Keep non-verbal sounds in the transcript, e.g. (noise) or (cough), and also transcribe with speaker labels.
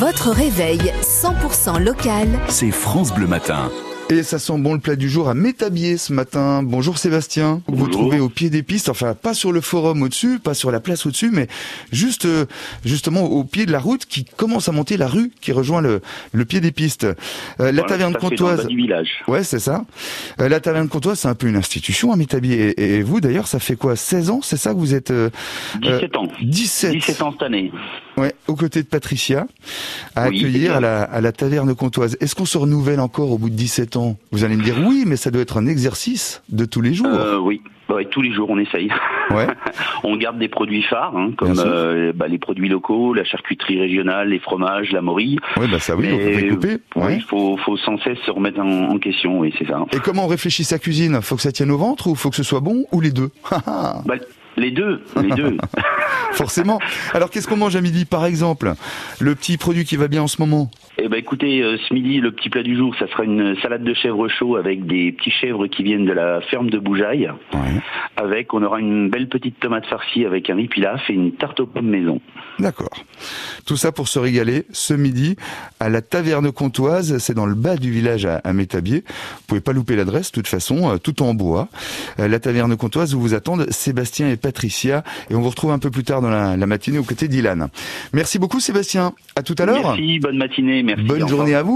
Speaker 1: Votre réveil 100% local
Speaker 2: C'est France Bleu Matin.
Speaker 3: Et ça sent bon le plat du jour à Métabier ce matin. Bonjour Sébastien. Vous Vous
Speaker 4: Bonjour.
Speaker 3: trouvez au pied des pistes, enfin pas sur le forum au-dessus, pas sur la place au-dessus, mais juste euh, justement au pied de la route qui commence à monter la rue qui rejoint le, le pied des pistes. Euh, la
Speaker 4: Voilà,
Speaker 3: taverne
Speaker 4: tout à fait, dans le bas
Speaker 3: comtoise.
Speaker 4: du village.
Speaker 3: Ouais, c'est ça. Euh, la taverne comtoise, c'est un peu une institution à Métabier. Et, et vous d'ailleurs, ça fait quoi 16 ans, c'est ça que vous êtes euh,
Speaker 4: 17 ans.
Speaker 3: 17
Speaker 4: 17 ans cette année.
Speaker 3: Ouais, aux côtés de Patricia à
Speaker 4: Oui, c'est
Speaker 3: accueillir
Speaker 4: bien.
Speaker 3: à la, à la taverne comtoise. Est-ce qu'on se renouvelle encore au bout de 17 ans Vous allez me dire oui, mais ça doit être un exercice de tous les jours.
Speaker 4: Euh, oui. Ouais, tous les jours, on essaye. (laughs)
Speaker 3: Ouais.
Speaker 4: On garde des produits phares, hein, comme
Speaker 3: Bien sûr.
Speaker 4: euh, bah, les produits locaux, la charcuterie régionale, les fromages, la morille.
Speaker 3: Ouais, bah ça oui,
Speaker 4: Mais, euh,
Speaker 3: on peut découper.
Speaker 4: oui,
Speaker 3: Ouais.
Speaker 4: il faut, faut sans cesse se remettre en, en question, oui, c'est ça.
Speaker 3: Et comment on réfléchit sa cuisine Faut que ça tienne au ventre ou faut que ce soit bon ou les deux (laughs) Ah,
Speaker 4: Bah, les deux, les deux.
Speaker 3: Forcément. Alors qu'est-ce qu'on mange à midi par exemple Le petit produit qui va bien en ce moment
Speaker 4: Eh ben écoutez, euh, ce midi, le petit plat du jour, ça sera une salade de chèvre chaud avec des petits chèvres qui viennent de la ferme de Boujaille. Avec, on aura une belle petite tomate farcie avec un riz pilaf et une tarte aux pommes maison.
Speaker 3: D'accord. Tout ça pour se régaler ce midi à la taverne comtoise. C'est dans le bas du village à, à Métabier. Vous pouvez pas louper l'adresse, de toute façon, euh, tout en bois. Euh, la taverne comtoise où vous attendent Sébastien et Patricia. Et on vous retrouve un peu plus tard dans la, la matinée aux côtés d'Ilan. Merci beaucoup Sébastien. À tout à l'heure.
Speaker 4: Merci, bonne matinée, merci. au
Speaker 3: Bonne
Speaker 4: revoir.
Speaker 3: journée à vous.